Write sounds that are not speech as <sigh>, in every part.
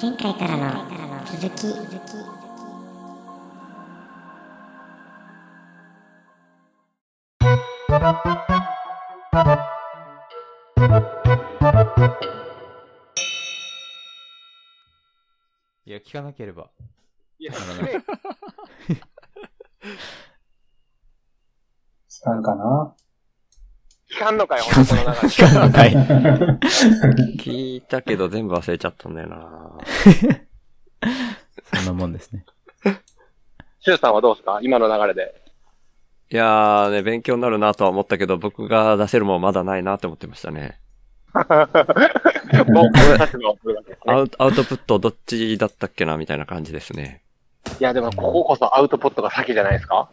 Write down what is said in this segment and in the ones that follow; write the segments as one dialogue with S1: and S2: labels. S1: 前回からの続き
S2: いや、聞かなければ。
S3: いや、
S4: 聞かんかな
S3: 聞かんのかよ、本当の <laughs> 中で。
S5: 聞かない。
S6: 聞いたけど全部忘れちゃったんだよな
S5: そんなもんですね。
S3: シュウさんはどうですか今の流れ <laughs> で。
S6: いやーね、勉強になるなとは思ったけど、僕が出せるもんまだないなって思ってましたね。
S3: 僕たちの来るわけですね
S6: アウアウトプットどっちだったっけなみたいな感じですね。
S3: いや、でもこここそアウトプットが先じゃないですか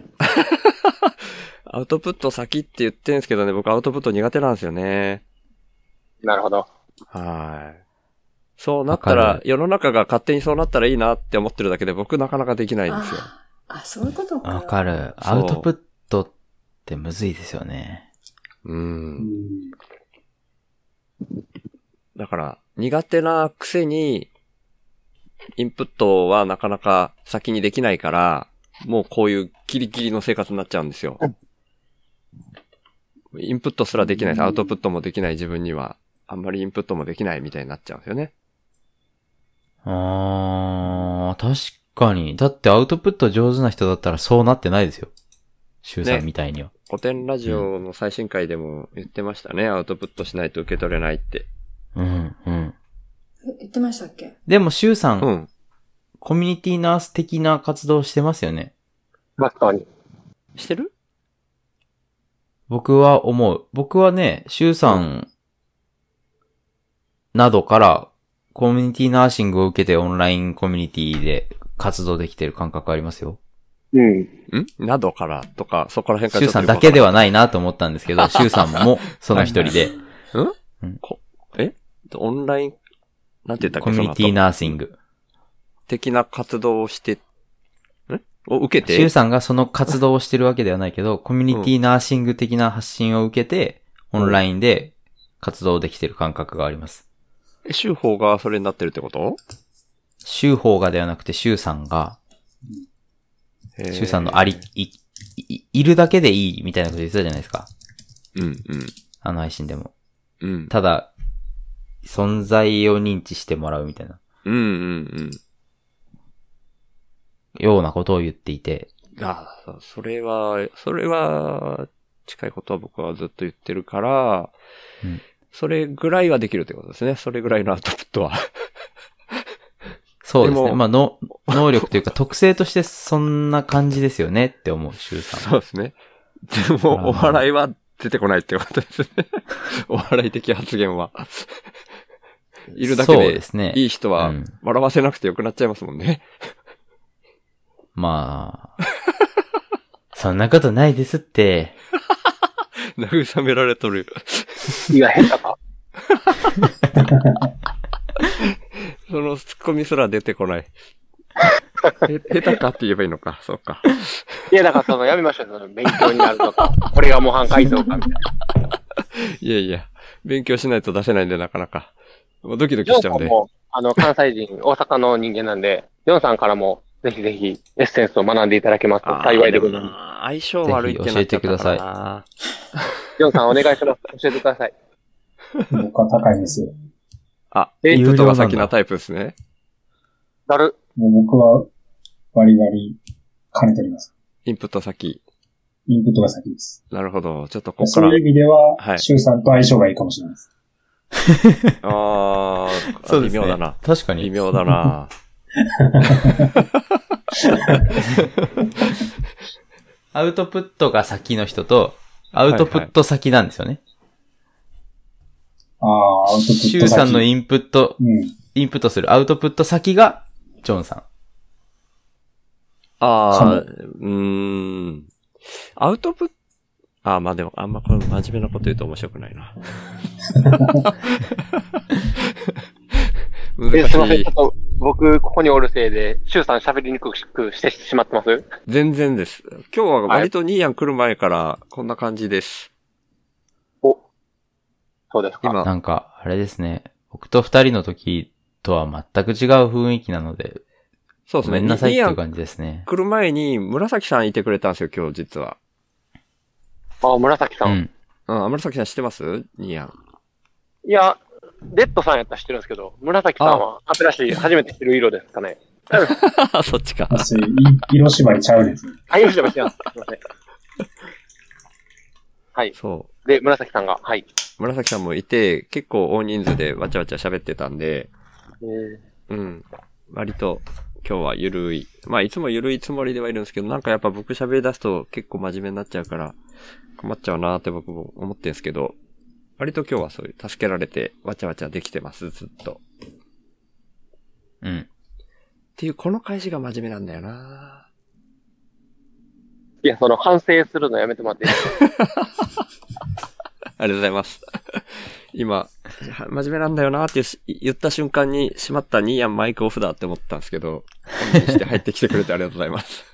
S6: アウトプット先って言ってんすけどね、僕アウトプット苦手なんですよね。
S3: なるほど。
S6: はい。そうなった
S5: わからる、
S6: 世の中が勝手にそうなったらいいなって思ってるだけで、僕なかなかできないんですよ。
S7: ああ、そういうことか。
S5: わかる。
S6: そう
S5: アウトプットってむずいですよね。
S6: う。
S4: うんん。
S6: だから、苦手なくせに、インプットはなかなか先にできないから、もうこういうギリギリの生活になっちゃうんですよ。インプットすらできないです。アウトプットもできない自分には、あんまりインプットもできないみたいになっちゃうんですよね。
S5: あー、確かに。だってアウトプット上手な人だったらそうなってないですよ。シュウさんみたいには。
S6: 古典ラジオの最新回でも言ってましたね。アウトプットしないと受け取れないって。
S5: うん、うん。
S7: え言ってましたっけ
S5: でもシュウさん、
S6: うん。
S5: コミュニティナース的な活動してますよね。
S3: 確かに。
S6: してる
S5: 僕は思う。僕はね、シュウさんなどからコミュニティナーシングを受けてオンラインコミュニティで活動できてる感覚ありますよ。
S3: うん。
S6: んなどからとか、そこら辺から
S5: シュウ
S6: ちょ
S5: さ
S6: っ
S5: ん
S6: と
S5: だけではないなと思ったんです
S6: <laughs>
S5: けど、シュウさんもその一人で、
S6: オンライン、なんて言ったっけ
S5: コミュニティナーシング。
S6: 的な活動をして、んを受け
S5: シュウ
S6: て、
S5: さんがその活動をしてるわけではないけど、コミュニティナーシング的な発信を受けて、オンラインで活動できてる感覚があります。
S6: 修法がそれになってるってこと
S5: シュウホーがではなくてシュウさんが、シュウさんのあり、い、い、いるだけでいいみたいなこと言ってたじゃないですか。
S6: うん、
S5: あの配信でも。
S6: うん、うん。
S5: ただ、存在を認知してもらうみたいな、
S6: うん、うん、
S5: ようなことを言っていて、
S6: うん。ああ、それは、それは、近いことは僕はずっと言ってるから、
S5: うん
S6: それぐらいはできるってことですね。それぐらいのアウトプットは。
S5: そうです
S6: で
S5: ね。
S6: も
S5: まあ、の、能力と
S6: <laughs>
S5: いうか特性としてそんな感じですよねって思う、シュウさん。
S6: そうですね。で
S5: あー
S6: も、お笑いは出てこないってことですね。お笑い的発言は。いるだけ
S5: そう
S6: で
S5: ですね。
S6: いい人は
S5: うん
S6: 笑わせなくてよくなっちゃいますもんね。 <laughs>
S5: まあ、 <laughs> そんなことないですって。
S6: 慰められとる。
S3: いや、変だか。
S6: <laughs> そのツッコミすら出てこない。へ下手かって言えばいいのか、そうか。
S3: いや、だからその、やめましょう。その勉強になると <laughs> か、これが模範解答か、みたいな。
S6: いやいや、勉強しないと出せないんで、なかなか。もうドキド
S3: ジ
S6: キしち
S3: ョン
S6: ゃうん
S3: さん
S6: で。
S3: も、あの、関西人、大阪の人間なんで、ジョンさんからも、ぜひぜひ、エッセンスを学んでいただけますと幸いでございま
S6: あーでもな相性悪いってなっちゃったからな
S3: す。ジョンさん、お願いします。教えてください。
S4: 僕は高いんですよ。
S6: あ、
S3: え
S6: インプットが
S5: 有料な
S6: 先
S5: んだ
S6: なタイプですね。
S3: だる、
S4: もう僕は、バリバリ、兼ねております。
S6: インプット先。
S4: インプットが先です。
S6: なるほど。ちょっとここ
S4: そ
S6: か
S4: う
S6: ら
S4: いう意。味では、
S6: はい
S4: シュウさんと相性がいいかもしれないです。
S6: あー微妙だな。
S5: 確か
S6: 微
S5: に。
S6: 妙だな。
S5: アウトプットが先の人と、アウトプット先なんですよね。
S4: ああ、アウトプット先。
S5: シュウさんのインプット、
S4: うん。
S5: インプットするアウトプット先が、ジョンさん。
S4: か
S6: あ
S4: も
S6: あ、うーん。アウトプット、ああ、まあでも、あんまこれ真面目なこと言うと面白くないな。
S3: え、すいま
S6: 難
S3: せ
S6: し
S3: ん。
S6: い
S3: ちょっ。と、僕、ここにおるせいで、シュウさん喋りにくくしてしまってます
S6: 全然です。今日は割とニーヤン来る前からこんな感じです。
S3: そうですか。
S6: 今、
S5: なんか、あれですね。僕と二人の時、とは全く違う雰囲気なので、
S6: そうです
S5: ご
S6: ね。
S5: めんなさいって
S6: ニア
S5: い
S6: ン
S5: う感じですね。
S6: 来る前に、紫さんいてくれたんですよ、今日実は。
S3: あ、紫さ。
S5: うんん。
S6: うん、紫さん知ってますニアン。
S3: いや、レッドさんやったら知ってるんですけど、紫さんは新しい、初めて知る色ですかね。
S6: そっちか。
S4: 私、い色縛りちゃうです。
S3: はい、よしよしよしすいません。はい。
S6: そ
S3: で、紫さんが、はい。
S6: う。紫さんもいて、結構大人数でわちゃわちゃ喋ってたんで、
S3: えー
S6: うん。割と、今日はゆるい。まあ、いつもゆるいつもりではいるんですけど、なんかやっぱ僕喋り出すと結構真面目になっちゃうから、困っちゃうなーって僕も思ってるんですけど、割と今日はそういう、助けられて、わちゃわちゃできてます、ずっと。っ
S5: うん。
S6: ていう、この返しが真面目なんだよない
S3: や、その、反省するのやめてもらっていいですか
S6: ありがとうございます。 <laughs> 今、真面目なんだよなーってし言った瞬間に、しまったニーヤンマイクオフだって思ったんですけど、オンにして入ってきてくれてありがとうございます。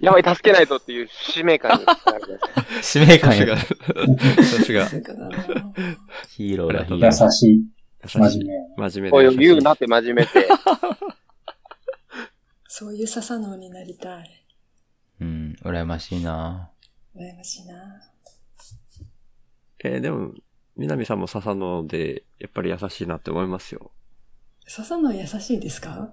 S3: やばい、助けないとっていう使命感になるんで
S5: 使命
S6: さ
S5: 感
S6: す
S5: や
S6: が。。さすが
S7: さ。すがだな。
S5: ヒーローだ、ヒーロ
S4: 優
S5: ー。
S4: しい、
S6: 優し
S4: 真
S6: い。
S4: 面
S6: 真面目
S3: こうい
S6: で優
S3: う
S6: しい。
S3: 言うなって真面目で。
S7: そういう笹野になりたい。
S5: うん。羨ましいな
S7: 羨ましいな。
S6: えーでも、南さんも笹野で、やっぱり優しいなって思いますよ。
S7: 笹野優しいですか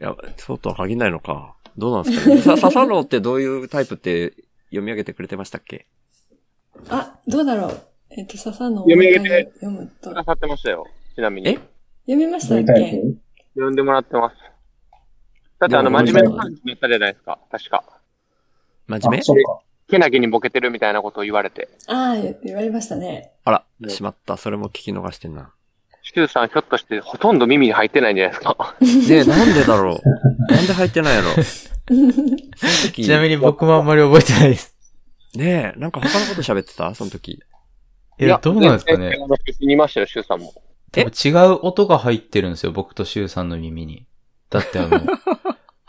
S6: いや、そうとは限らないのか。どうなんです
S5: <laughs>
S6: かね。さ、笹野ってどういうタイプって読み上げてくれてましたっけ
S7: あ、どうだろう。えっと、笹野を
S3: 読み上げて
S7: 読むと。
S3: く
S7: 読
S3: ださってましたよ。ちなみに。
S6: え
S7: みました
S4: 目。
S7: っ
S4: どういうタイ
S7: け
S4: プ
S3: 呼んでもらってます。だってあの、
S6: でも
S3: 真面目な感じになったじゃないですか。確か。
S6: 真面
S4: あ、
S6: 目
S4: そっか。
S3: けなげにボケてるみたいなことを言われて。
S7: ああ、言われましたね。 <laughs>
S6: あら、しまった。それも聞き逃してんな。
S3: シュウさん、ひょっとして、ほとんど耳に入ってないんじゃないですか。
S6: ねえ、なんでだろう。なんで入ってな
S5: <laughs>
S6: いやろ。その時、
S5: ちなみに僕もあんまり覚えてないです。
S6: ねえ、なんか他のこと喋ってたその時。
S5: いや、どうなんですか
S3: 全然
S5: ね。
S3: あの言いましたよ、シュウさんも。
S5: 多分違う音が入ってるんですよ、僕とシュウさんの耳に。だってあ
S6: <laughs>
S5: の、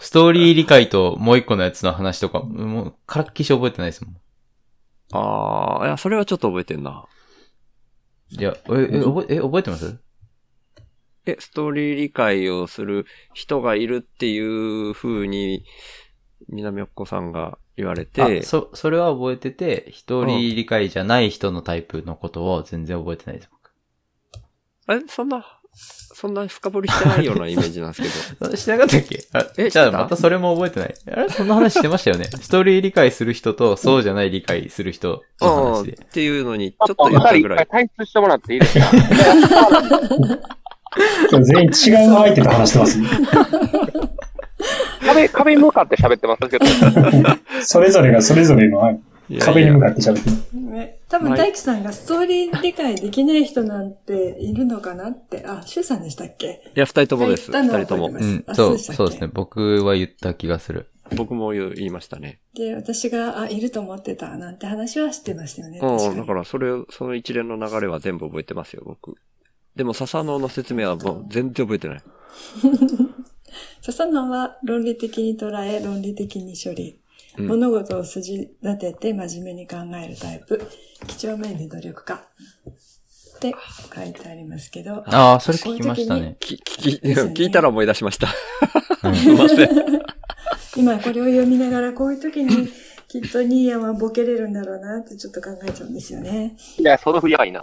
S5: ストーリー理解ともう一個のやつの話とか、もう、からっきし覚えてないですもん。
S6: ああ、いや、それはちょっと覚えてんな。
S5: いや、え、え、覚え、え覚えてます
S6: え、ストーリー理解をする人がいるっていう風に、南おっこさんが言われて
S5: あ、、そ、それは覚えてて、一人理解じゃない人のタイプのことを全然覚えてないです、
S6: あれそんな、そんな深掘りしてないようなイメージなんですけ
S5: <laughs>
S6: ど。
S5: 僕。してなかったっけあじゃ
S6: えして
S5: あ
S6: た
S5: またそれも覚えてない。あれそんな話してましたよね。ストーリー理解する人と、そうじゃない理解する人の
S6: ああ
S5: 話
S6: ー、
S5: で。
S6: っていうのに、ち
S3: ちょっ
S6: ょっ
S3: と
S6: と
S3: 二
S6: 言った
S3: 人
S6: ぐ
S3: 一
S6: ら
S3: 回
S6: い。
S3: 退出してもらっていいですか
S4: 今日全員違う相手と話してますね。
S3: 壁、壁に向かって喋ってますけど。
S4: それぞれがそれぞれのはい
S6: いやいや
S4: 壁に向かって喋ってる。
S7: ね多分、大輝さんがストーリー理解できない人なんているのかなって。あ、シュウさんでしたっけ
S6: いや、二人ともです。
S7: はい
S6: 二
S7: 言ったの
S6: 人とも
S7: 覚えてま。す
S5: うん、そう、
S7: あそうでしたっけ
S5: そうですね。僕は言った気がする。
S6: 僕も言う言いましたね。
S7: で、私が、あ、いると思ってた、なんて話はしてましたよね。確
S6: う
S7: か
S6: ん、
S7: に
S6: だからそれ、その一連の流れは全部覚えてますよ、僕。でも、笹野の説明はもう全然覚えてない。
S7: 笹野は論理的に捉え、論理的に処理。
S6: うん
S7: 物事を筋立てて真面目に考えるタイプ。几帳面で努力家。って書いてありますけど。
S5: ああ、それ聞きましたね。
S6: き、聞き、
S7: ですよね
S6: <laughs> 聞いたら思い出しました。
S5: うん
S6: <laughs> すいません。
S7: 今これを読みながらこういう時に <laughs> きっとニーヤンはボケれるんだろうなってちょっと考えちゃうんですよね。
S3: いや、その不やがいいな。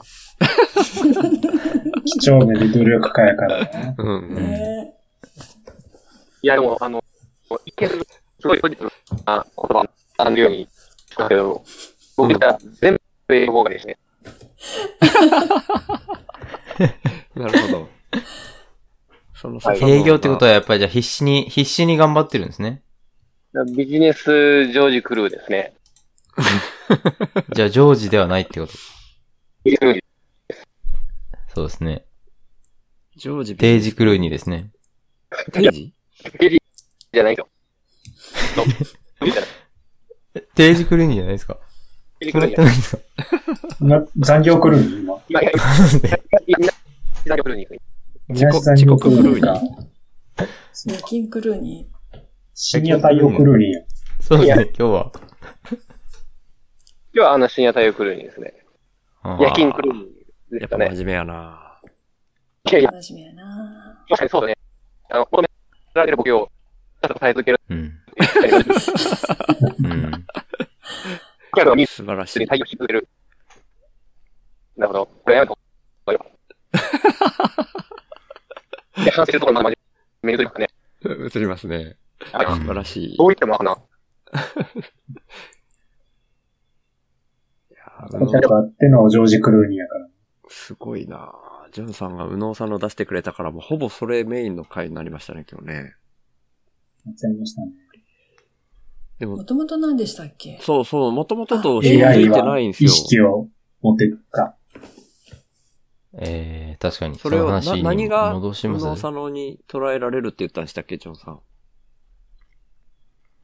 S4: 貴重面で努力家やから。
S6: うん。
S7: ね
S3: いや、でも、あの、いける、すごいポジティブな言葉あるようにしたけど、僕じゃ全部英語がですね。
S6: なるほど。その笹野
S5: 営業ってことはやっぱりじゃあ必死に、必死に頑張ってるんですね。
S3: ビジネスジョージ・クルーですね。
S5: じゃあ、ジョージではないってこと。
S3: ビジネスジョージ
S5: そうですね。
S6: ジョージ・ビ
S5: デイジ・クルーニーですね。
S6: デイジ
S3: じゃないよ。のビジネス
S5: デイジ・クルーニーじゃないです
S7: <laughs>
S5: か。
S3: ジョ
S5: 決ま
S3: ージクル
S5: っ
S3: ー
S5: てないんですか
S4: な残業来るん今。
S3: いやいやいやいやいやクルーに行く
S4: 自
S6: 己自己来るんや。
S7: え、夜勤クルーに。
S4: 深夜対応来るんや。
S5: そうですね、今日は。
S3: 今日はあの深夜帯をクルーにですね。
S5: あー
S3: 夜勤クルーにで
S6: や
S3: すか
S6: っぱ
S3: ね
S6: 真。面目やな
S3: いやいや、
S7: 楽しみやな
S3: 確かにそうだね。あの、求められてるボケを、ちゃんと耐え続ける。
S5: うん。
S3: <laughs> 僕
S5: うん。
S3: らが見
S6: 素晴らし
S3: ずに
S6: い。
S3: 対応し続ける。なるほど。これやめ
S5: <laughs>
S3: とこうよ。で、話してるところまだ真面目に映りますね。
S6: 映りますね。
S3: あ
S6: 素晴らしい。
S3: どう言ってもわかんな。
S4: お客あってのジョージ・クルーニーやから。
S6: すごいなジュンさんが右脳さんの出してくれたから、もうほぼそれメインの回になりましたね、今日ね。
S4: やっちゃいましたね。
S6: で
S7: も
S6: も、
S7: ともと何でしたっけ
S6: そうそう、もともとと紐づ
S4: AI
S6: いてな
S4: はい
S6: ん
S4: 意
S6: ですよ。
S4: 識を持ってった。
S5: えー、確かに。
S6: それを
S5: の
S6: な
S5: 話に
S6: 何が
S5: 戻し
S6: 右脳
S5: ます
S6: 左脳に捉えられるって言ったんでしたっけ、ジョンさん。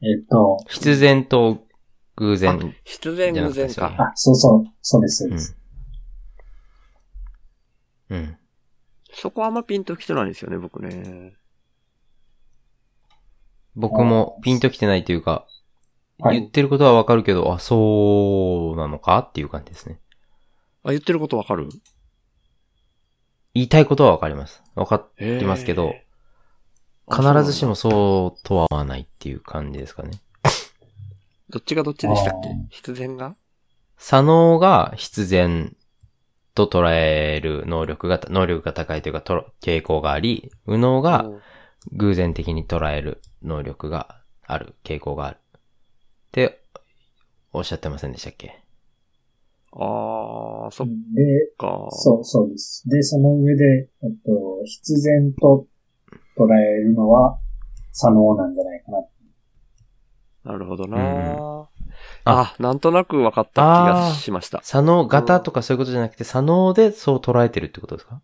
S4: えっと、
S5: 必然と偶然。
S6: 必然偶然か。
S4: あ、そうそう、そうです、そう
S5: う
S4: で
S5: ん
S4: す。。
S5: うん。
S6: そこはあんまピンときてないんですよね、僕ね。
S5: 僕もピンときてないというか、
S4: はい
S5: 言ってることはわかるけど、あ、そうなのかっていう感じですね。
S6: あ、言ってることわかる
S5: 言いたいことはわかります。わか
S6: え
S5: ってますけど、必ずし。もそうとは合わないっていう感じですかね。
S6: どっちがどっちでしたっけ
S4: あー
S6: 必然が
S5: 左脳が必然と捉える能力が、能力が高いというか、とろ傾向があり、右脳が
S6: うん
S5: 偶然的に捉える能力がある、傾向がある。って、おっしゃってませんでしたっけ
S6: あー、そっ
S4: で、
S6: か。
S4: そう、そうです。で、その上で、えっと、必然と捉えるのは、左脳なんじゃないかな。
S6: なるほど
S5: うん
S6: なあ、なんとなく分かった気がしました。
S5: 左脳型とかそういうことじゃなくて、左脳でそう捉えてるってことですか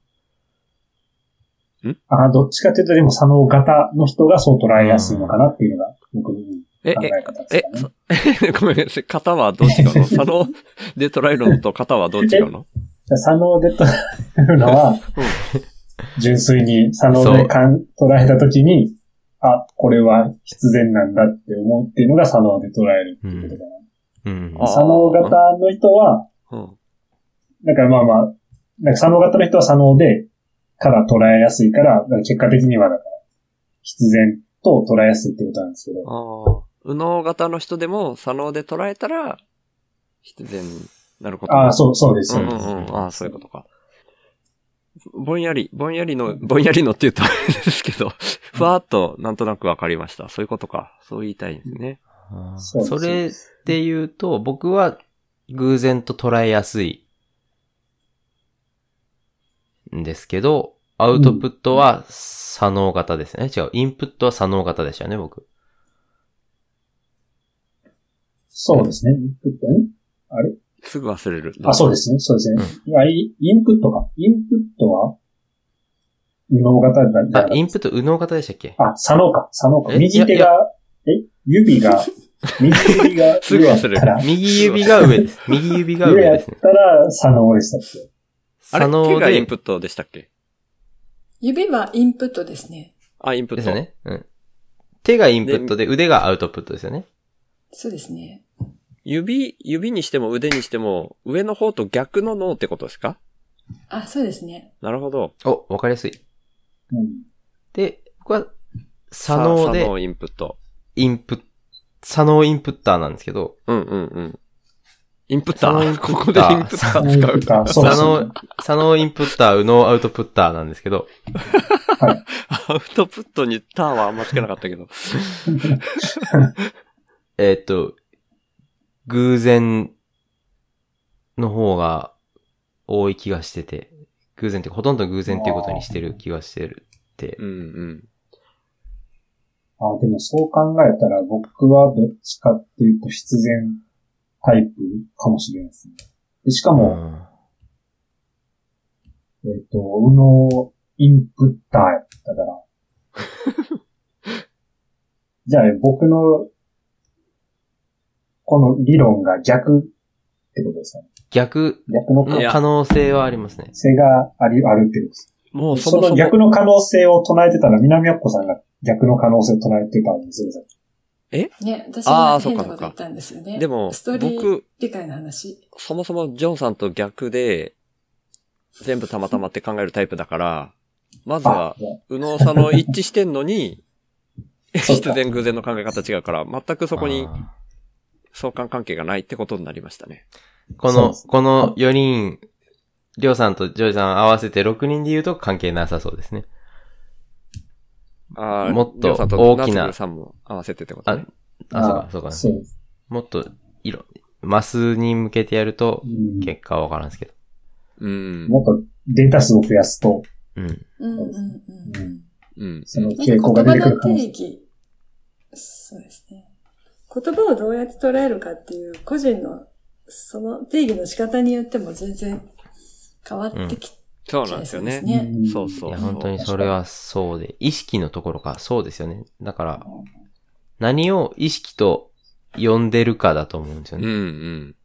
S4: あ、どっちかというと、でも左脳型の人がそう捉えやすいのかなっていうのが、僕の
S6: え、
S4: 考
S6: え、
S4: え方ですか
S6: え
S4: ね。、
S6: そ <laughs> ごめんなさい。型はどう違う
S4: <laughs>
S6: の佐野で捉えるのと型はどう違うの
S4: じゃあ左脳で捉えるのは、純粋に左脳でかん捉えたときに、あ、これは必然なんだって思うっていうのが左脳で捉えるっていうことだな。
S5: うん。
S6: あ
S4: 左脳型の人は、
S6: うん。
S4: だからまあまあ、なんか左脳型の人は左脳でから捉えやすいから、だから結果的にはだから、必然と捉えやすいってことなんですけど、
S6: ああ。右脳型の人でも左脳で捉えたら、必然になること
S4: ああ、そう、そうです、
S6: う
S4: そ
S6: ん
S4: う
S6: う
S4: です。
S6: んうん。ああ、そういうことか。ぼんやり、ぼんやりの、ぼんやりのって言うとあれですけど、ふわーっとなんとなくわかりました。そういうことか。そう言いたいんですね。
S5: あー
S4: そう
S5: そ
S4: そう
S5: れで言うと、僕は偶然と捉えやすいんですけど、アウトプットは左脳型ですね。違う、インプットは左脳型でしたよね、僕。
S4: そうですね。インプットね。あれ
S6: すぐ忘れる。
S4: あ、そうですね。そうですね。いやイインプットか。インプットは右脳型だ
S5: あ、
S4: だ
S5: インプット右脳型でしたっけ
S4: あ、左脳か。左脳か。
S5: え
S4: 右
S5: いや
S4: 手
S5: い
S4: が、え
S5: <laughs>
S4: 指が、右指が
S6: すぐ
S4: 上やっ
S6: 忘れる
S4: たら、
S5: 右指が上
S6: <laughs>
S5: です。右指が
S4: 上
S5: 上
S4: や
S5: で
S4: っ
S5: すね。
S4: たら左脳でしたっけ
S6: あれ
S5: 左
S6: 手
S5: 脳
S6: がイン
S5: で、
S6: プットでしたっけ
S7: 指はインプットですね。
S6: あ、インプッ
S5: です
S6: ト。
S5: よね。うん。手がインプットで腕がアウトプットですよね。
S7: そうですね。
S6: 指、指にしても腕にしても、上の方と逆の脳ってことですか
S7: あ、そうですね。
S6: なるほど。
S5: お、わかりやすい。
S4: うん。
S5: で、僕は左脳で
S6: 左、脳インプット。
S5: インプッ、左脳インプッターなんですけど、
S6: うんうんうん。インプッタ
S5: 左脳イン
S6: ー
S5: プッター
S6: ここでインプッター使う。
S4: か、そうで
S5: 左
S4: すね。
S5: 脳、左脳インプッター、右脳アウトプッターなんですけど、
S6: アウトプットにターンはあんまつけなかった
S5: <laughs>
S6: けど。
S5: えーっと、偶然の方が多い気がしてて、偶然ってほとんど偶然っていうことにしてる気がしてるって
S6: う。んうん。
S4: あ、でもそう考えたら僕はどっちかっていうと必然タイプかもしれないですね。でしか
S5: う
S4: も、
S5: ん。
S4: えっ、と、右脳インプッターやったから。じゃあ僕のこの理論が逆ってことですかね。
S5: 逆
S4: 逆の
S5: の
S4: 可
S5: 可能性はありますね
S4: 能。性があり、あるってことです。
S6: もうそ
S4: そ
S6: もそ
S4: の
S6: も。
S4: 逆の可能性を唱えてたら南アッコさんが逆の可能性を唱えてたんですよ。
S7: ね、私
S6: あ
S7: が
S6: ーそっ
S7: 変
S6: か
S7: な
S6: そっか
S7: こと言ったんですよね。
S6: でも
S7: ストーリー
S6: 僕
S7: 理解の話。
S6: そもそもジョンさんと逆で、全部たまたまって考えるタイプだから、まずは、右脳左脳一致してんのに、
S4: そう
S6: 必
S4: か
S6: 然偶然の考え方違うから、全くそこに
S5: あー
S6: 相関関係がないってことになりましたね。
S5: こ
S4: そう
S5: の、
S4: です
S5: この4人、りょうさんとジョージさん合わせて6人で言うと関係なさそうですね。
S6: あー
S5: もっと
S6: りょうさん
S5: 大きな
S6: ナツルさんも合わせてってことね。
S5: あ、そうか、そうか。
S4: そうです。
S5: もっと、いろ、マスに向けてやると
S4: う、ん
S5: 結果はわからんですけど。
S6: うん。
S4: もっとデータ数を増やすと、
S5: うん。
S7: うんうんうんうん。
S6: うん。
S4: その
S7: な
S4: 傾
S7: んか
S4: 向が
S7: 言
S4: 出
S7: 葉
S4: てくる
S7: の
S4: 可
S7: 定
S4: 能性。
S7: 義。そうですね。言葉をどうやって捉えるかっていう個人のその定義の仕方によっても全然変わってき
S6: そう
S7: ち
S6: な
S7: ゃ
S6: ん
S7: い
S6: です
S7: そ
S6: よ
S7: うです
S6: ね。
S7: ね。
S4: うん
S6: そうそ
S5: いうや、
S6: そう。
S5: 本当にそれはそうで、意識のところか、そうですよね。だから、何を意識と呼んでるかだと思うんですよ
S6: うん
S5: ね。
S6: うん。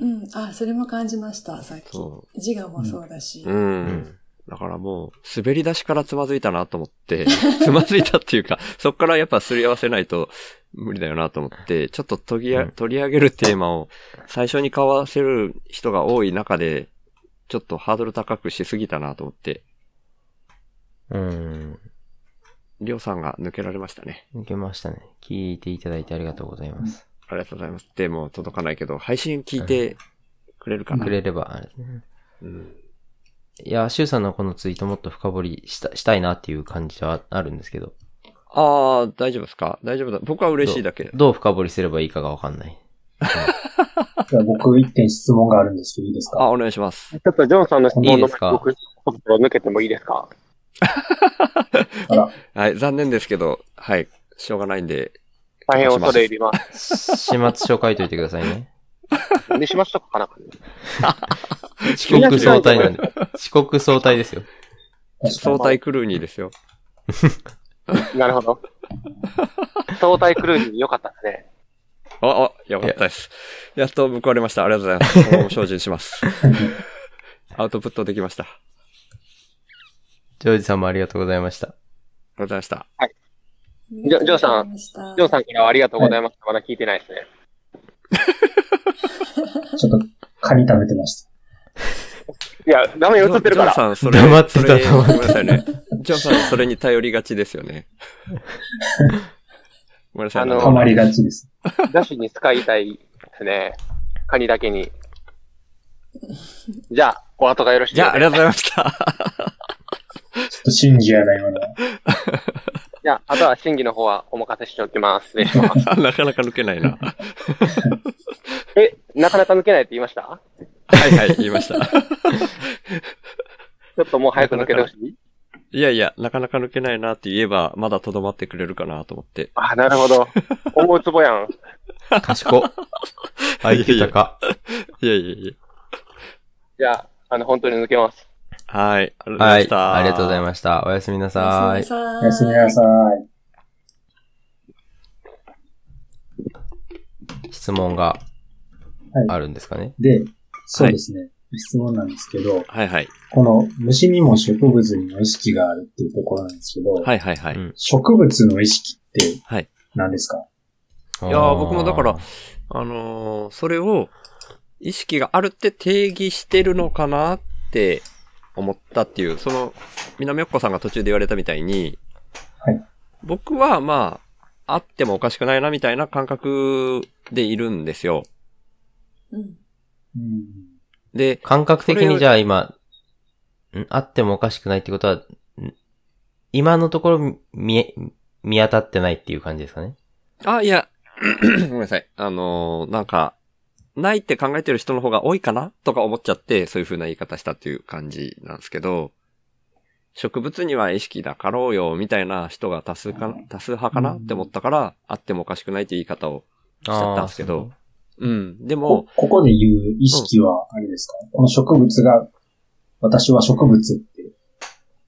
S4: うん
S7: うん。あ、それも感じました、さっき。
S6: そ
S7: 自我もそうだし。
S6: う。う。。
S5: うん
S6: だからもう、滑り出しからつまずいたなと思って、 <laughs> つまずいたっていうか、そこからやっぱすり合わせないと無理だよなと思って、ちょっと取り,、
S5: うん
S6: 取り上げるテーマを最初に交わせる人が多い中で、ちょっとハードル高くしすぎたなと思って、
S5: うん。
S6: りょうさんが抜けられましたね。
S5: 抜けましたね。聞いていただいてありがとうございます。
S6: ありがとうございます。でも届かないけど、配信聞いてくれるかな。
S5: くれれば、あれですね。
S6: うん。
S5: いや、シュウさんのこのツイートもっと深掘りした、したいなっていう感じはあるんですけど。
S6: ああ、大丈夫ですか大丈夫だ。僕は嬉しいだけ。
S5: どう深掘りすればいいかがわかんない。
S4: じゃあ僕一点質問があるんですけどいいですか
S6: あ、お願いします。
S3: ちょっとジョンさんの質問
S5: いいで
S3: の
S5: すか
S3: 僕、僕を抜けてもいいですか
S4: あら、
S6: はい、残念ですけど、はい、しょうがないんで、
S3: 大変恐れ入り
S5: <laughs>
S3: ます。
S5: 始末書書いといてください <laughs> ね。
S3: にしましょうかなんかね。
S5: 遅刻相対なんで。遅刻相対ですよ。
S4: 確か <laughs>
S6: 相
S4: に。
S6: 対クルーニーですよ。
S3: なる
S5: <laughs>
S3: ほど。相対クルーに良かったですね。
S6: あ、あ、やばかったです。やっと報われました。ありがとうございます。今後も精進します。 <laughs> アウトプットできました。あり
S5: ジョージさんもありがとうございました。
S6: がとうございました。
S3: ジョジョーさん
S7: ん
S3: ジョンさんからはありがとうございます。まだ聞いてないですね。
S4: ちょっとカニ食べてました。
S3: いや、画面映ってるか
S6: ジ
S3: ら。
S6: ョンジョンさん、それ、
S5: 黙ってた
S6: それ
S5: 黙ってた
S6: ごめんなさいね。ジョンさん、それに頼りがちです
S3: <laughs>
S6: よね。ごめんなさい。
S3: あの
S4: ハマりがちです。
S3: ダッシュに使いたいですね。カニだけに。じゃあ、お後がよろしい
S6: じ
S3: です
S6: ゃあ、
S3: か
S6: ありがとうございました。 <laughs>
S4: ちょっと信じやないような。
S3: じゃあ、あとは審議の方はお任せしておきます。失礼します。
S6: なかなか抜けないな。は
S3: え、なかなか抜けないって言いました
S6: いはい、言いました。
S3: ちょっともう早く抜けてほし
S6: <laughs>
S3: い
S6: いやいや、なかなか抜けないなって言えば、まだとどまってくれるかなと思って。
S3: あ、なるほど。思うつぼやん。
S5: 賢 <laughs> っ。IQ 高。
S6: いやいやいや。
S3: じゃあ、あの、本当に抜けます。
S6: はい、ありがとうござ
S5: は
S6: いま
S5: い
S6: し。た。
S5: ありがとうございました。おやすみなさ
S7: お
S5: い
S7: や。すみなさ
S4: おやすみなさい。
S5: 質問があるんですかね。
S4: で、そうですね。質問なんですけど、
S6: はいはい。
S4: この虫にも植物にも意識があるっていうところなんですけど、
S6: はいはいはい。
S5: うん
S4: 植物の意識って
S6: はい
S4: 何ですか、
S5: い
S6: いやー僕もだから、あのーそれを意識があるって定義してるのかなって思ったっていう、その、南岡さんが途中で言われたみたいに、
S4: はい
S6: 僕はまあ、あってもおかしくないなみたいな感覚でいるんですよ。
S7: うん。
S4: うん、
S6: で、
S5: 感覚的にじゃあ今、んあってもおかしくないってことは、ん今のところ見え、見当たってないっていう感じですかね。
S6: あ、いや、 <clears throat> ごめんなさい。あのーなんか、ないって考えてる人の方が多いかなとか思っちゃって、そういう風な言い方したっていう感じなんですけど、植物には意識だかろうよ、みたいな人が多数か、多数派かなって思ったから、あってもおかしくないって言い方をしちゃったんですけど、うん。で
S4: こ
S6: も、
S4: ここで言う意識はあれですか、この植物が、私は植物って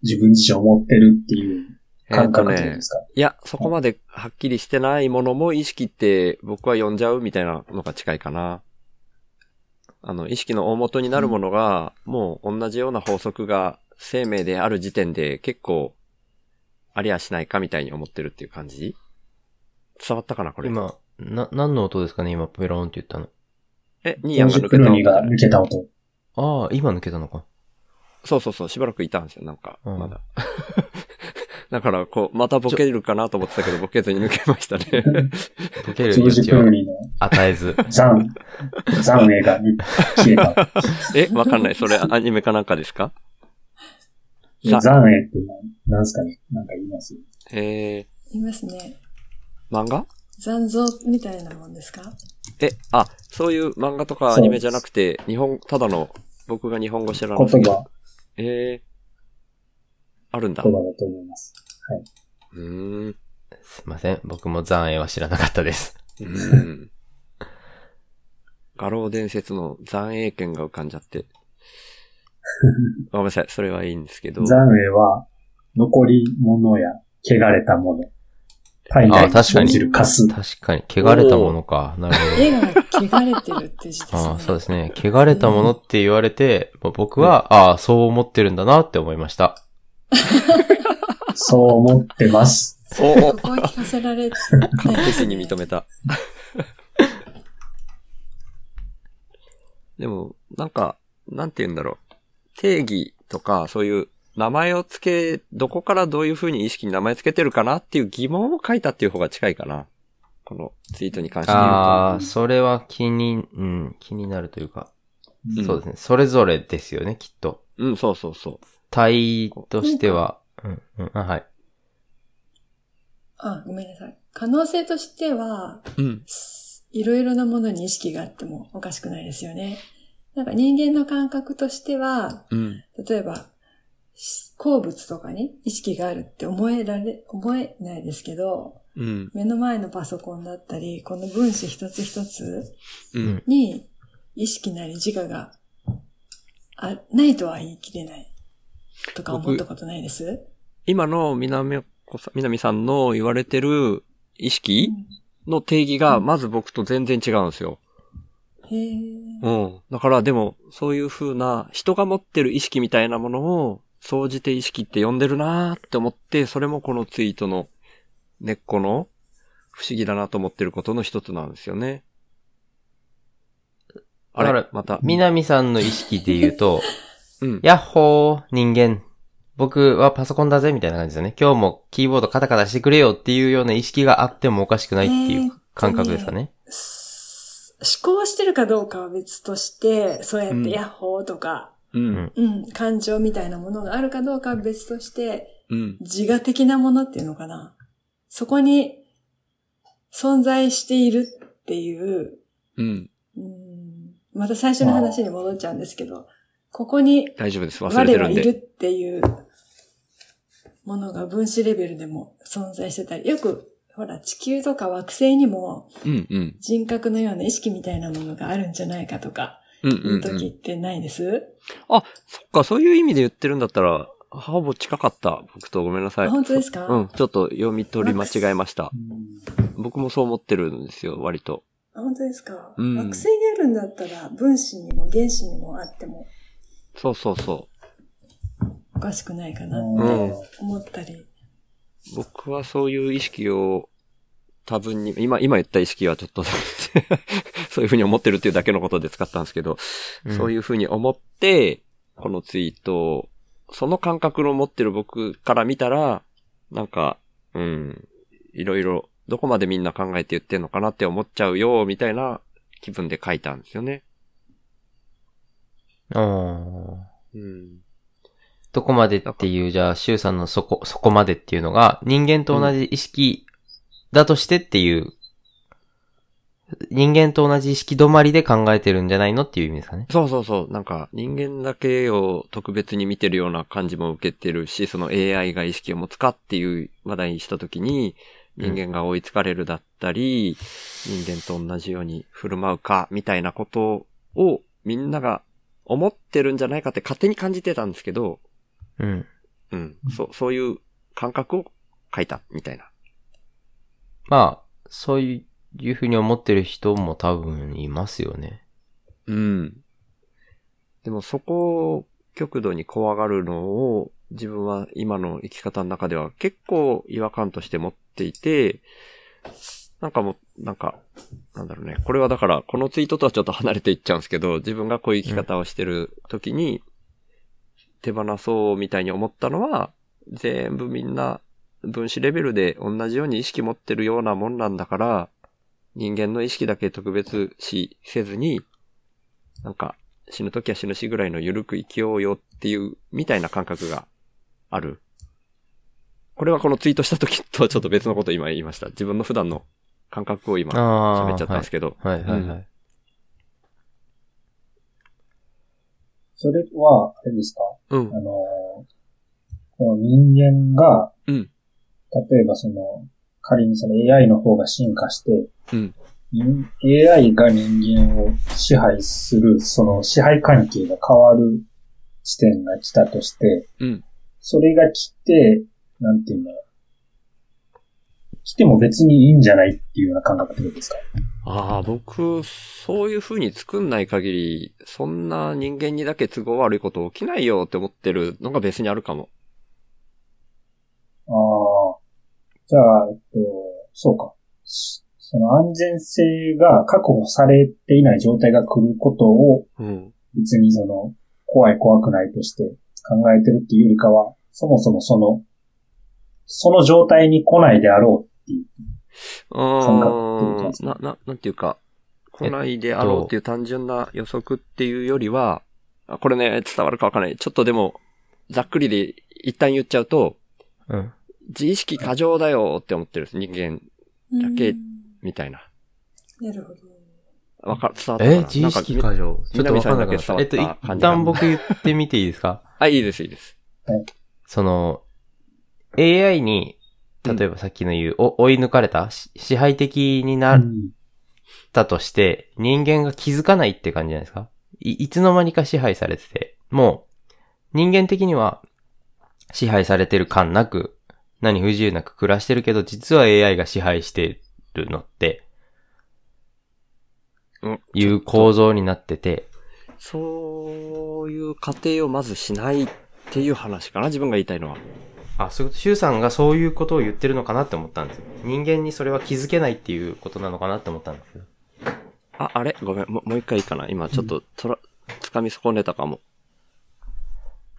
S4: 自分自身を持ってるっていう感覚
S6: え
S4: っ
S6: ー
S4: て
S6: と
S4: いうんですか、
S6: いや、そこまではっきりしてないものも意識って僕は呼んじゃうみたいなのが近いかな。あの、意識の大元になるものが、もう同じような法則が生命である時点で結構ありゃしないかみたいに思ってるっていう感じ伝わったかなこれ。
S5: 今、な、何の音ですかね今、ペローンって言ったの。
S6: え、ニーヤンが
S4: ジ
S6: 抜
S4: ク
S6: け
S4: ル
S6: た
S4: ーニが抜けた音。
S5: ああ、今抜けたのか。
S6: そうそうそう、しばらくいたんですよ、なんか、
S5: うん
S6: まだ。 <laughs> だから、こう、またボケるかなと思ってたけど、ボケずに抜けました
S5: <laughs>
S6: ね。
S5: ボケる
S4: ジョー
S5: 余
S4: ジ・
S5: 地
S4: ク
S5: を
S4: ルーニーの
S5: 与えず。
S4: ザン、ザン映画に消えた。
S6: え、わかんない。それアニメかなんかですかザ
S4: ザン映って何ですかねなんか言います
S6: え
S7: いますね。
S6: ー、漫画
S7: 残像みたいなもんですか
S6: え、あ、そういう漫画とかアニメじゃなくて、日本、ただの、僕が日本語知らな
S4: 言
S6: くて。
S4: 葉、
S6: えー、あるんだ。
S4: 言
S6: う
S4: 葉だと思います。
S6: ーん。
S5: すいません。僕も残影は知らなかったです。
S6: うん。画廊伝説の残影剣が浮かんじ
S4: <laughs>
S6: ゃって。ごめんなさい、それはいいんですけど。
S4: ザン映は、残り物や、汚れたもの。体
S5: ああ、
S4: 内
S5: 確か
S4: 生
S5: に。
S4: じるカス。
S5: 確かに。汚れたものか。なるほど。
S7: 絵が汚れてるって字ですね。
S5: ああそうですね。汚れたものって言われて、まあ僕は、ああ、そう思ってるんだなって思いました。
S4: そう思ってます。
S6: お
S7: ここを聞かせられて、
S6: 完璧に認めた。 <laughs> でも、なんか、なんて言うんだろう。定義とか、そういう名前をつけ、どこからどういう風に意識に名前つけてるかなっていう疑問を書いたっていう方が近いかな。このツイートに関して言うと。
S5: ああ、それは気に、うん、気になるというか、
S6: うん
S5: そうですね。それぞれですよね、きっと。
S6: うん、そうそうそ
S5: 体としては、うん、うん、あはい。
S7: あ、ごめんなさい。可能性としては、
S6: う。うん。
S7: いろいろなものに意識があってもおかしくないですよね。なんか人間の感覚としては、
S6: うん。
S7: 例えば、し鉱物とかに意識があるって思えられ、思えないですけど、
S6: うん。
S7: 目の前のパソコンだったり、この分子一つ一つ
S6: うん。
S7: に意識なり自我があないとは言い切れないとか思ったことないです。
S6: 今の南子さん、南さんの言われてる意識
S7: うん
S6: の定義が、まず僕と全然違うんですよ。
S7: へえ。
S6: うん。だからでも、そういう風な、人が持ってる意識みたいなものを、総じて意識って呼んでるなーって思って、それもこのツイートの根っこの不思議だなと思ってることの一つなんですよね。あ
S5: だ
S6: れ
S5: から
S6: また。
S5: 南さんの意識で言う
S6: <laughs>
S5: と、
S6: うん。
S5: ヤッホー、人間。僕はパソコンだぜ、みたいな感じですよね。今日もキーボードカタカタしてくれよっていうような意識があってもおかしくないっていう感覚ですかね。
S7: す思考してるかどうかは別として、そうやっ
S6: うん
S7: てヤッホーとか、
S6: うん。
S7: うん、感情みたいなものがあるかどうかは別として、
S6: うん。
S7: 自我的なものっていうのかな。そこに存在しているっていう、
S6: うん。
S7: うん、また最初の話に戻っちゃうんですけど、ここに
S6: 大丈夫です。忘れて
S7: 我
S6: る
S7: は
S6: ん
S7: いるっ
S6: で。
S7: ていうものが分子レベルでも存在してたり、よく、ほら、地球とか惑星にも
S6: うんうん。
S7: 人格のような意識みたいなものがあるんじゃないかとか、
S6: うん、
S7: いううん
S6: う
S7: 時
S6: ん。
S7: ってないです、
S6: そっか、そういう意味で言ってるんだったら、ほぼ近かった。僕とごめんなさい。
S7: あ本当ですか
S6: うん。ちょっと読み取り間違えました。
S4: うん
S6: 僕もそう思ってるんですよ、割と。
S7: あ本当ですか、
S6: うん
S7: 惑星にあるんだったら分子にも原子にもあっても
S6: そうそうそ
S7: おかしくないかな
S4: う
S7: っ
S4: ん
S7: て思ったり。
S6: う。僕はそういう意識を多分に、今、今言った意識はちょっと、 <laughs> そういうふうに思ってるっていうだけのことで使ったんですけど、
S5: ん
S6: そういうふうに思って、このツイートを、その感覚を持ってる僕から見たら、なんか、うん、いろいろ、どこまでみんな考えて言ってんのかなって思っちゃうよ、みたいな気分で書いたんですよね。
S5: あー
S6: うん。
S5: どこまでっていう、じゃあ、シュウさんのそこ、そこまでっていうのが、人間と同じ意識だとしてっていう、人間と同じ意識止まりで考えてるんじゃないのっていう意味ですかね。
S6: そうそうそう。なんか、人間だけを特別に見てるような感じも受けてるし、その AI が意識を持つかっていう話題にしたときに、人間が追いつかれるだったり、人間と同じように振る舞うか、みたいなことを、みんなが思ってるんじゃないかって勝手に感じてたんですけど、
S5: うん。
S6: うん。そう、そういう感覚を書いた、みたいな。
S5: まあ、そういうふうに思ってる人も多分いますよね。
S6: うん。でもそこを極度に怖がるのを自分は今の生き方の中では結構違和感として持っていて、なんかもう、なんか、なんだろうね。これはだから、このツイートとはちょっと離れていっちゃうんですけど、自分がこういう生き方をしてる時に、手放そうみたいに思ったのは、全部みんな分子レベルで同じように意識持ってるようなもんなんだから、人間の意識だけ特別視せずに、なんか死ぬ時は死ぬしぐらいの緩く生きようよっていう、みたいな感覚がある。これはこのツイートした時とはちょっと別のこと今言いました。自分の普段の感覚を今
S5: ああ。
S6: 喋っちゃったんですけど。
S5: はいはいはい。はい
S4: それは、あれですか
S6: うん
S4: あ。の、この人間が、
S6: うん
S4: 例えばその、仮にその AI の方が進化して、
S6: うん
S4: 人 AI が人間を支配する、その支配関係が変わる視点が来たとして、
S6: うん
S4: それが来て、なんていうんだろう。来ても別にいいんじゃないっていうような感覚ってことですか
S6: ああ、僕、そういう風に作んない限り、そんな人間にだけ都合悪いこと起きないよって思ってるのが別にあるかも。
S4: ああ。じゃあ、えっと、そうか。しその安全性が確保されていない状態が来ることを
S6: うん。
S4: 別にその怖い怖くないとして考えてるっていうよりかは、そもそもその、その状態に来ないであろ
S6: う
S4: 感覚ってことで
S6: ー
S4: す
S6: ん。な、な、なんていうか、
S5: えっと
S6: 来ないであろうっていう単純な予測っていうよりは、あこれね、伝わるかわかんない。ちょっとでも、ざっくりで一旦言っちゃうと、
S5: うん。
S6: 自意識過剰だよって思ってるんです人間だけ
S7: うん
S6: みたいな。
S7: なるほど。
S6: わかる、伝わったかな
S5: え、自意識
S6: なんか
S5: 過剰。ちょっとわかんなくなっ
S6: 南さ
S5: た。
S6: んだ
S5: え
S6: け
S5: っと、
S6: 伝わ
S5: 一
S6: った感じが
S5: 旦僕言ってみていいですか
S6: あ、いいです、いいです。
S5: その、AI に、例えばさっきの言う、お追い抜かれたし支配的に
S4: う。
S5: なっ
S4: ん
S5: たとして、人間が気づかないって感じじゃないですかい、いつの間にか支配されてて、もう、人間的には、支配されてる感なく、何不自由なく暮らしてるけど、実は AI が支配してるのって、
S6: うん
S5: いう構造になってて、
S6: そういう過程をまずしないっていう話かな、自分が言いたいのは。
S5: あ、そういうこと、シュウさんがそういうことを言ってるのかなって思ったんですよ。人間にそれは気づけないっていうことなのかなって思ったんですけど。
S6: あ、あれごめん、ももう一回いいかな今ちょっと、とら、掴み損ねたかも。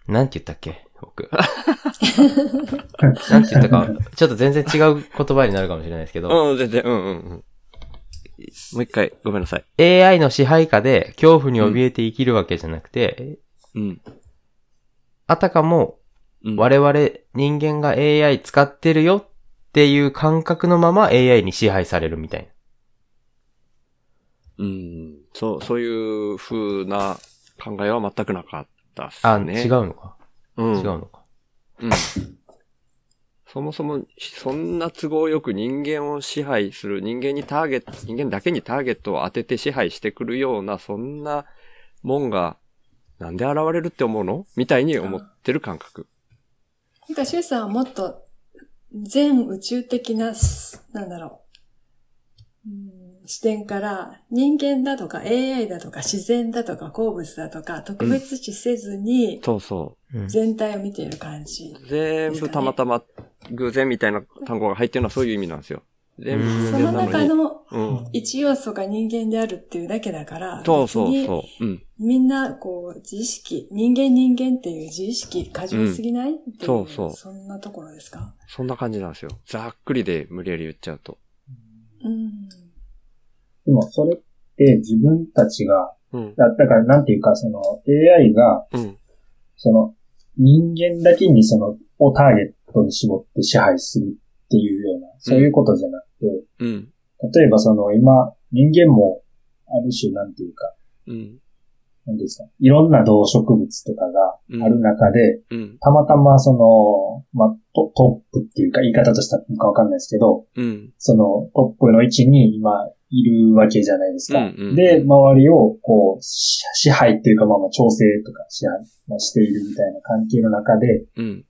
S5: なんて言ったっけ
S6: <laughs>
S5: 僕。なんて言ったか、ちょっと全然違う言葉になるかもしれないですけど、
S6: うん、全然、うんうんうん。もう一回、ごめんなさい。
S5: AI の支配下で恐怖に怯えて生きるわけじゃなくて、
S6: うん。
S5: あたかも
S6: うん、
S5: 我々人間が AI 使ってるよっていう感覚のまま AI に支配されるみたいな。
S6: うん。そう、そういう風な考えは全くなかったっす
S5: あ、
S6: ね。
S5: 違う。のか。
S6: うん。
S5: 違うのか。
S6: うん。そもそも、そんな都合よく人間を支配する、人間にターゲット、人間だけにターゲットを当てて支配してくるような、そんなもんが、なんで現れるって思うのみたいに思ってる感覚。
S7: なんか、シュウさんはもっと、全宇宙的な、すなんだろううん、視点から、人間だとか AI だとか自然だとか鉱物だとか、特別視せずに、
S6: そうそ
S5: うん
S7: 全体を見ている感じ。
S6: う。全部たまたま偶然みたいな単語が入ってるのはそういう意味なんですよ。全部偶
S7: そ
S6: 然な
S7: の
S6: の
S7: 中
S6: に。
S7: の
S6: うん。
S7: 一要素が人間であるっていうだけだから、
S6: そうそう
S7: 別に
S6: そう。うん。
S7: みんな、こう、自意識、人間人間っていう自意識過剰すぎない、ってい
S6: そうそう
S7: そんなところですか
S6: そんな感じなんですよ。ざっくりで無理やり言っちゃうと。
S7: うん。
S4: でもそれって自分たちが、
S6: うん。
S4: だだからなんていうかその AI が
S6: うん。
S4: その、人間だけにその、をターゲットに絞って支配するっていうような、そういうことじゃなくて、
S6: うん。
S4: 例えばその、今、人間も、ある種なんていうか、
S6: うん。
S4: なんていうんですか、いろんな動植物とかが
S6: うん
S4: ある中で、
S6: うん。
S4: たまたまその、まあ、トトップっていうか、言い方としたのかわかんないですけど、
S6: うん。
S4: その、トップの位置に今、いるわけじゃないですか。
S6: うんうんうん
S4: で、周りを、こう、し支配っていうか、まあまあ、調整とか支配まあしているみたいな関係の中で、
S6: うん。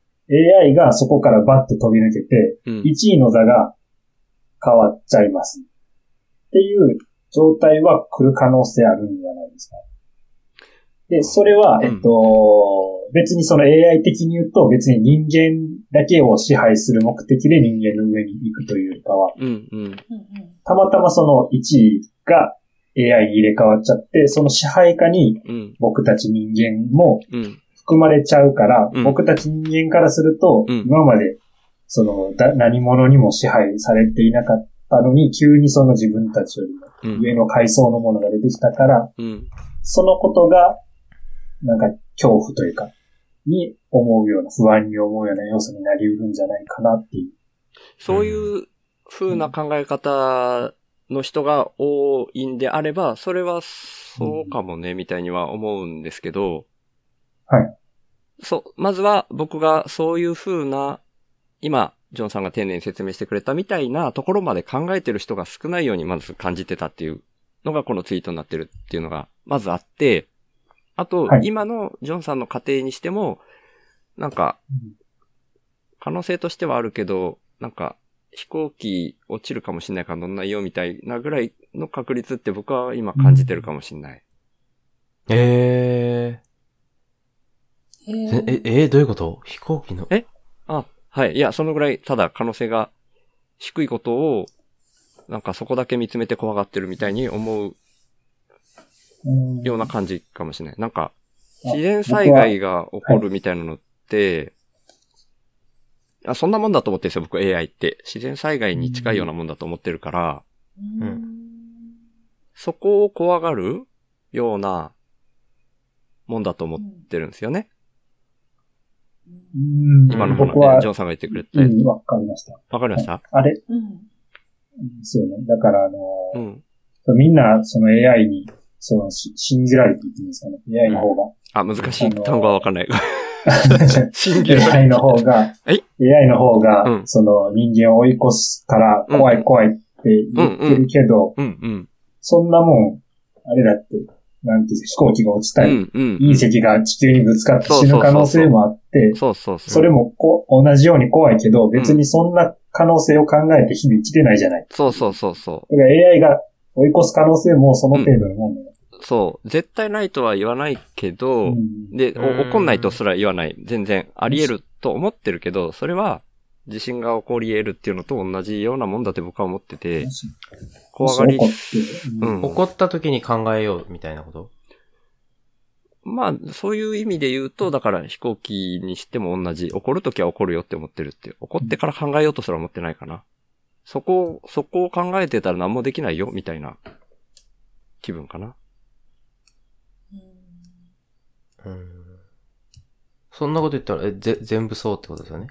S4: AI がそこからバッて飛び抜けて、
S6: うん。
S4: 1位の座が変わっちゃいます。っていう状態は来る可能性あるんじゃないですか。で、それは、
S6: うん
S4: えっと、別にその AI 的に言うと、別に人間だけを支配する目的で人間の上に行くというよりかは、
S6: うん。うん。
S7: うんうん。
S4: たまたまその1位が AI に入れ替わっちゃって、その支配下に
S6: うん。
S4: 僕たち人間も
S6: うん。
S4: 含まれちゃうから、
S6: うん
S4: 僕たち人間からすると、
S6: うん
S4: 今まで、そのだ、何者にも支配されていなかったのに、急にその自分たちよりも
S6: うん。
S4: 上の階層のものが出てきたから、
S6: うん。
S4: そのことが、なんか恐怖というか、に思うような、不安に思うような要素になりうるんじゃないかなっていう。
S6: そういう風な考え方の人が多いんであれば、それはそうかもね、みたいには思うんですけど、
S4: はい。
S6: そう、まずは僕がそういう風な、今、ジョンさんが丁寧に説明してくれたみたいなところまで考えてる人が少ないようにまず感じてたっていうのがこのツイートになってるっていうのがまずあって、あと
S4: は、い
S6: 今のジョンさんの家庭にしても、なんか
S4: うん、
S6: 可能性としてはあるけど、なんか、飛行機落ちるかもしれないから乗んないよみたいなぐらいの確率って僕は今感じてるかもしれない。
S5: え
S7: え
S5: え
S7: ー
S5: ー、え、え、え、どういうこと飛行機の。
S6: えあ、はい。いや、そのぐらい、ただ可能性が低いことを、なんかそこだけ見つめて怖がってるみたいに思う
S4: うん
S6: ような感じかもしれない。なんか、自然災害が起こるみたいなのって、あそんなもんだと思ってるんですよ、僕 AI って。自然災害に近いようなもんだと思ってるから、
S7: うん
S5: う
S6: そこを怖がるようなもんだと思ってるんですよね。
S4: うん
S6: 今の話
S4: 僕は
S6: で、ジョンさんが言ってくれた
S4: う
S6: やつ。
S4: ん、わかりました。
S6: わかりました
S4: あれ
S7: うん。
S4: ですよね。だから、あの
S6: う
S4: ー
S6: ん。
S4: みんな、その AI に、その、し信じられていっていんですかね。AI の方が。
S6: あ、難しい単語はわかんない。
S4: <laughs>
S6: 信じられ
S4: AI の方が、
S6: はい
S4: AI の方が、
S6: うん
S4: その人間を追い越すから、
S6: うん
S4: 怖い怖いって言ってるけど、
S6: うんうん。
S4: そんなもん、あれだって、なんていうんですか飛行機が落ち
S6: う
S4: たり、
S6: んうん。
S4: 隕石が地球にぶつかって
S6: そう
S4: 死
S6: そうそう
S4: ぬ可能性もあって、
S6: そうそうそう。
S4: それもこ同じように怖いけど、別にそんな可能性を考えて日々生きてないじゃない。
S6: そうそうそうそ
S4: だから AI が追い越す可能性もその程度のもんだよ。
S6: う。そう。絶対ないとは言わないけ
S4: う
S6: ど、
S4: ん
S6: で、
S5: う
S6: お
S5: ん
S6: 怒んないとすら言わない。全然あり得ると思ってるけど、それは地震が起こり得るっていうのと同じようなもんだって僕は思ってて
S4: も、し
S6: 怖がり
S4: も、し怒って、
S6: う
S4: うん
S6: ん。
S5: 怒った時に考えようみたいなこと
S6: まあ、そういう意味で言うと、だから飛行機にしても同じ。怒るときは怒るよって思ってるって。怒ってから考えようとすら思ってないかな。そこを、そこを考えてたら何もできないよ、みたいな気分かな。
S5: うん。そんなこと言ったら、え、ぜ、全部そうってことですよね。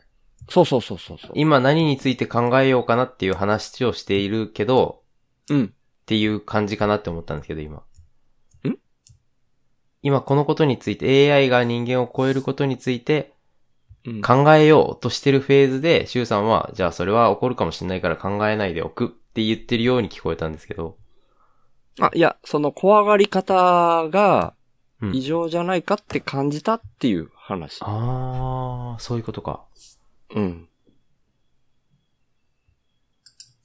S6: そうそうそうそうそう。
S5: 今何について考えようかなっていう話をしているけど、
S6: うん。
S5: っていう感じかなって思ったんですけど、今。
S6: ん
S5: 今このことについて、AI が人間を超えることについて
S6: うん
S5: 考えようとしてるフェーズで、シュウさんは、じゃあそれは起こるかもしれないから考えないでおくって言ってるように聞こえたんですけど。
S6: あ、いや、その怖がり方が
S5: うん
S6: 異常じゃないかって感じたっていう話。
S5: あー、そういうことか。
S6: うん。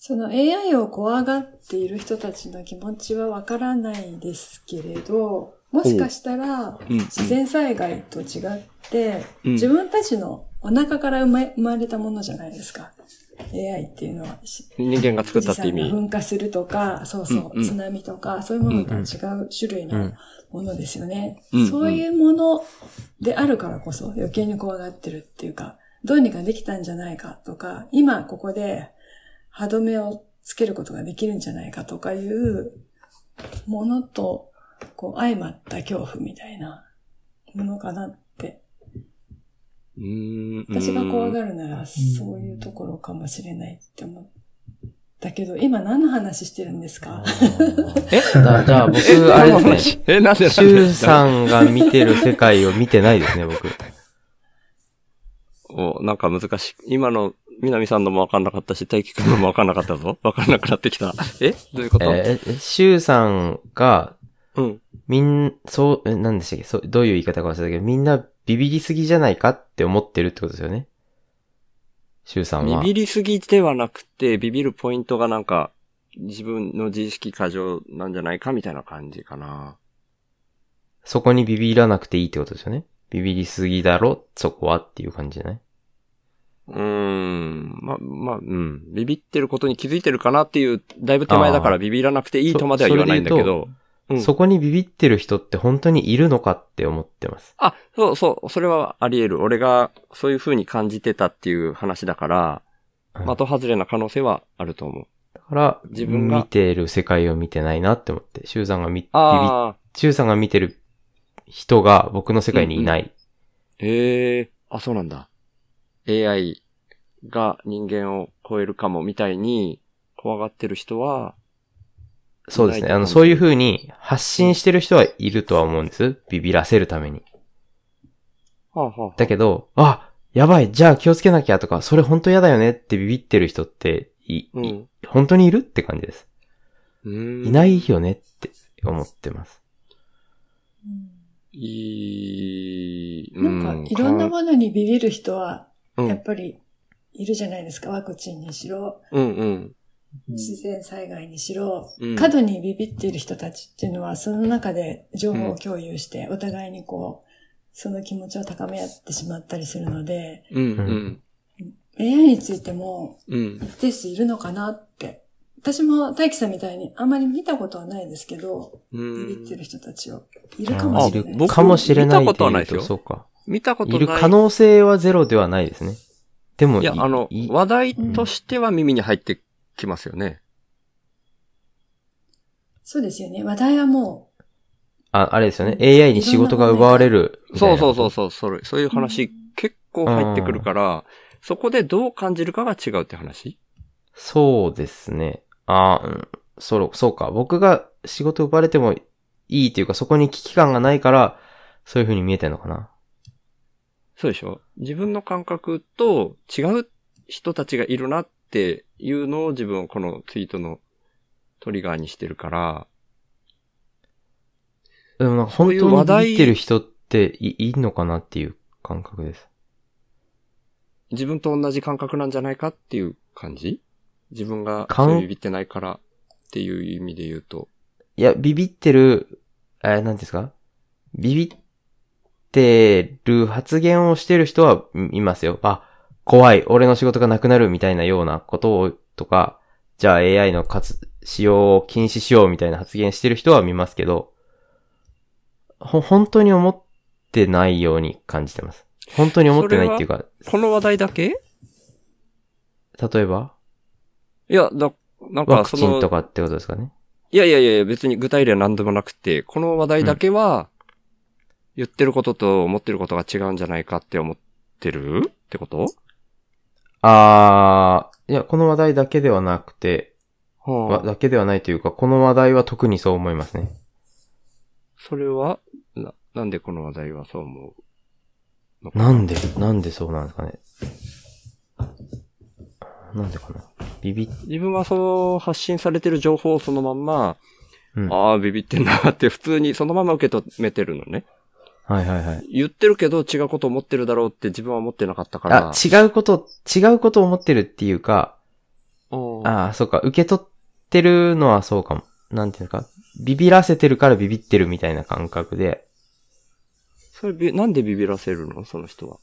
S7: その AI を怖がっている人たちの気持ちはわからないですけれど、もしかしたら
S6: うん
S7: 自然災害と違って、
S6: うん
S7: 自分たちのお腹から生ま生まれたものじゃないですか。AI っていうのは、し
S6: 人間が作ったって意
S7: 富士
S6: 味。
S7: 山が噴火するとか、そうそう、
S6: うんうん
S7: 津波とか、そういうものとは違う種類
S5: う
S7: の
S5: ん
S7: ものですよね、
S6: うんうん
S7: そういうものであるからこそ余計に怖がってるっていうか、どうにかできたんじゃないかとか、今ここで歯止めをつけることができるんじゃないかとかいうものと、こう、相まった恐怖みたいなものかなって。
S6: うーん。
S7: 私が怖
S6: る。
S7: がるなら、そういうところかもしれないって思ったけど、今何の話してるんですか
S5: えだじゃあ僕、あれ <laughs> ですね。
S6: <laughs> え、なんで
S5: シュウさんが見てる世界を見てないですね、僕。
S6: お、なんか難しい。今の、南さんのもわかんなかったし、大輝くんのもわかんなかった <laughs> ぞ。わかんなくなってきた。えどういうこと、
S5: <laughs> えーえシュウさんが、
S6: うん。
S5: みん、そう、えなんでしたっけそう、どういう言い方か忘れたけど、みんなビビりすぎじゃないかって思ってるってことですよね。シュウさんは。
S6: ビビりすぎではなくて、ビビるポイントがなんか、自分の自意識過剰なんじゃないかみたいな感じかな。
S5: そこにビビらなくていいってことですよね。ビビりすぎだろ、そこはっていう感じじゃないう
S6: ーん。ま、まあ、うん。ビビってることに気づいてるかなっていう、だいぶ手前だか
S5: あ
S6: ら
S5: ー
S6: ビビらなくていいとまでは言わないんだけど。うん
S5: そこにビビってる人って本当にいるのかって思ってます。
S6: あ、そうそう、それはあり得る。俺がそういう風に感じてたっていう話だから、
S5: はい
S6: 的外れな可能性はあると思う。
S5: だから、
S6: 自分が
S5: 見てる世界を見てないなって思って、シュウさんが見、ビビっ、
S6: ああ、
S5: シュウさんが見てる人が僕の世界にいない。
S6: へえ、あ、そうなんだ。AI が人間を超えるかもみたいに怖がってる人は、
S5: そうです
S6: い
S5: ね。
S6: ない
S5: あの、そういう風に発信してる人はいるとは思うんです。ビビらせるために。
S6: はあ、はあはあ、
S5: だけど、あ、やばい、じゃあ気をつけなきゃとか、それ本当嫌だよねってビビってる人って、い、い
S6: うん
S5: 本当にいるって感じです。
S6: うん
S5: いないよねって思ってます。
S6: いい、
S7: なんか、いろんなものにビビる人は、
S6: うん
S7: やっぱり、いるじゃないですか。ワクチンにしろ、
S6: うんうん。
S7: 自然災害にしろ、
S6: うん
S7: 過度にビビっている人たちっていうのは、その中で情報を共有して、お互いにこう、その気持ちを高め合ってしまったりするので、
S6: うん
S5: う
S6: うんん。
S7: AI についても、
S6: うん。
S7: 一定数いるのかなって。私も大輝さんみたいにあんまり見たことはないですけど、ビビってる人たちをいるかもしれない。
S6: あ僕
S5: かもしれない
S6: 見たことはない
S5: とう
S6: ですよ
S5: そうか。
S6: 見たことない
S5: る
S6: い。
S5: 可能性はゼロではないですね。でも、
S6: いや、あの
S5: い、
S6: 話題としては耳に入ってきますよね。
S7: そうですよね。話題はも
S5: ああれですよね。AI に仕事が奪われるみたい
S6: そ
S5: な。
S6: うそうそ
S5: そ
S6: うそう、それ、そういう
S7: う。
S6: 話結構入ってくるから、そこでどう感じるかが違うって話
S5: う。そうですね。あーうん。そう、そうか。僕が仕事奪われてもいいというか、そこに危機感がないから、そういう風に見えてるのかな。
S6: そうでしょ自分の感覚と違う人たちがいるなっていうのを自分はこのツイートのトリガーにしてるから、
S5: でもなんか
S6: そ
S5: 本
S6: ういう
S5: 当
S6: 話
S5: に
S6: 題
S5: 見てる人っていいいのかなっていう感覚です。
S6: 自分と同じ感覚なんじゃないかっていう感じ自分が
S5: 感
S6: そういうビビってないからっていう意味で言うと。
S5: いや、ビビってる、えー、なんですかビビってる発言をしてる人はいいますよ。あ、怖い、俺の仕事がなくなるみたいなようなことを、とか、じゃあ AI の活、使用を禁止しようみたいな発言してる人は見ますけど、ほ、本当に思ってないように感じてます。本当に思ってないっていうか、
S6: この話題だけ
S5: 例えば、
S6: いや、だ、なん
S5: ワ
S6: か
S5: ク
S6: そ
S5: チン
S6: の、
S5: とかってことですかね。
S6: いやいやいや、別に具体例は何でもなくて、この話題だけは、言ってることと思ってることが違うんじゃないかって思ってるってこと
S5: あー、いや、この話題だけではなくて、
S6: は
S5: わだけではないというか、この話題は特にそう思いますね。
S6: それは、な、なんでこの話題はそう思うのか
S5: なんで、なんでそうなんですかね。なんでかな。ビビ、
S6: 自分はそう発信されてる情報をそのまんま、
S5: うん。はい
S6: ああ、ビビってんなって普通にそのまま受け止めてるのね。
S5: はいはい。
S6: 言ってるけど違うこと思ってるだろうって自分は思ってなかったから。
S5: あ、違うこと、違うことを思ってるっていうか、
S6: うん
S5: ああ、そうか、受け取ってるのはそうかも。なんていうか、ビビらせてるからビビってるみたいな感覚で、
S6: それび、なんでビビらせるのその人は。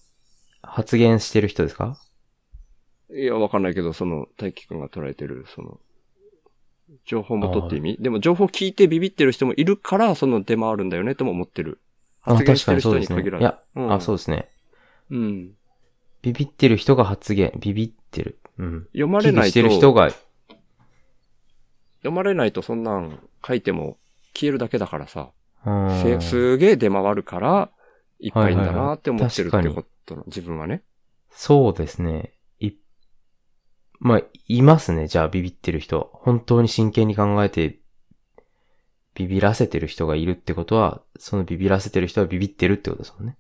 S5: 発言してる人ですか
S6: いや、わかんないけど、その、大輝くんが捉えてる、その、情報元って意味でも情報聞いてビビってる人もいるから、その出回るんだよねとも思ってる。
S5: あ、
S6: 発言
S5: 確
S6: し
S5: か
S6: て
S5: に
S6: る
S5: そう
S6: 人
S5: で
S6: に
S5: すね
S6: 限ら。
S5: い
S6: ず。
S5: や、
S6: うん
S5: あ、そうですね。
S6: うん。
S5: ビビってる人が発言、ビビってる。うん。
S6: 読ま
S5: 危
S6: れ
S5: 惧
S6: ない
S5: して
S6: と、
S5: る人が、
S6: 読まれないとそんなん書いても消えるだけだからさ、
S5: うん
S6: せすげえ出回るから、いっぱいいん
S5: はい
S6: だ
S5: はいは
S6: なって思ってるって
S5: 確かに
S6: ことな自分はね。
S5: そうですね。い、まあ、いますね。じゃあ、ビビってる人。本当に真剣に考えて、ビビらせてる人がいるってことは、そのビビらせてる人はビビってるってことですもんね。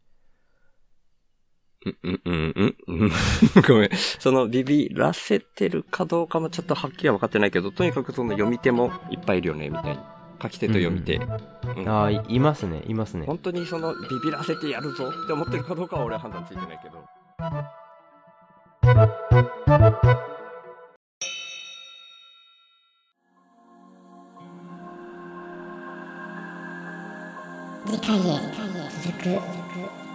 S6: うん、うん、うん、うん。 <laughs> ごめん。そのビビらせてるかどうかもちょっとはっきりは分かってないけど、とにかくその読み手もいっぱいいるよね、みたいな。書き手と読み手。
S5: うん
S6: うん
S5: ああ、いいますね。いますね。
S6: 本当にそのビビらせてやるぞって思ってるかどうかは俺は判断ついてないけど。
S1: 次回へ続く。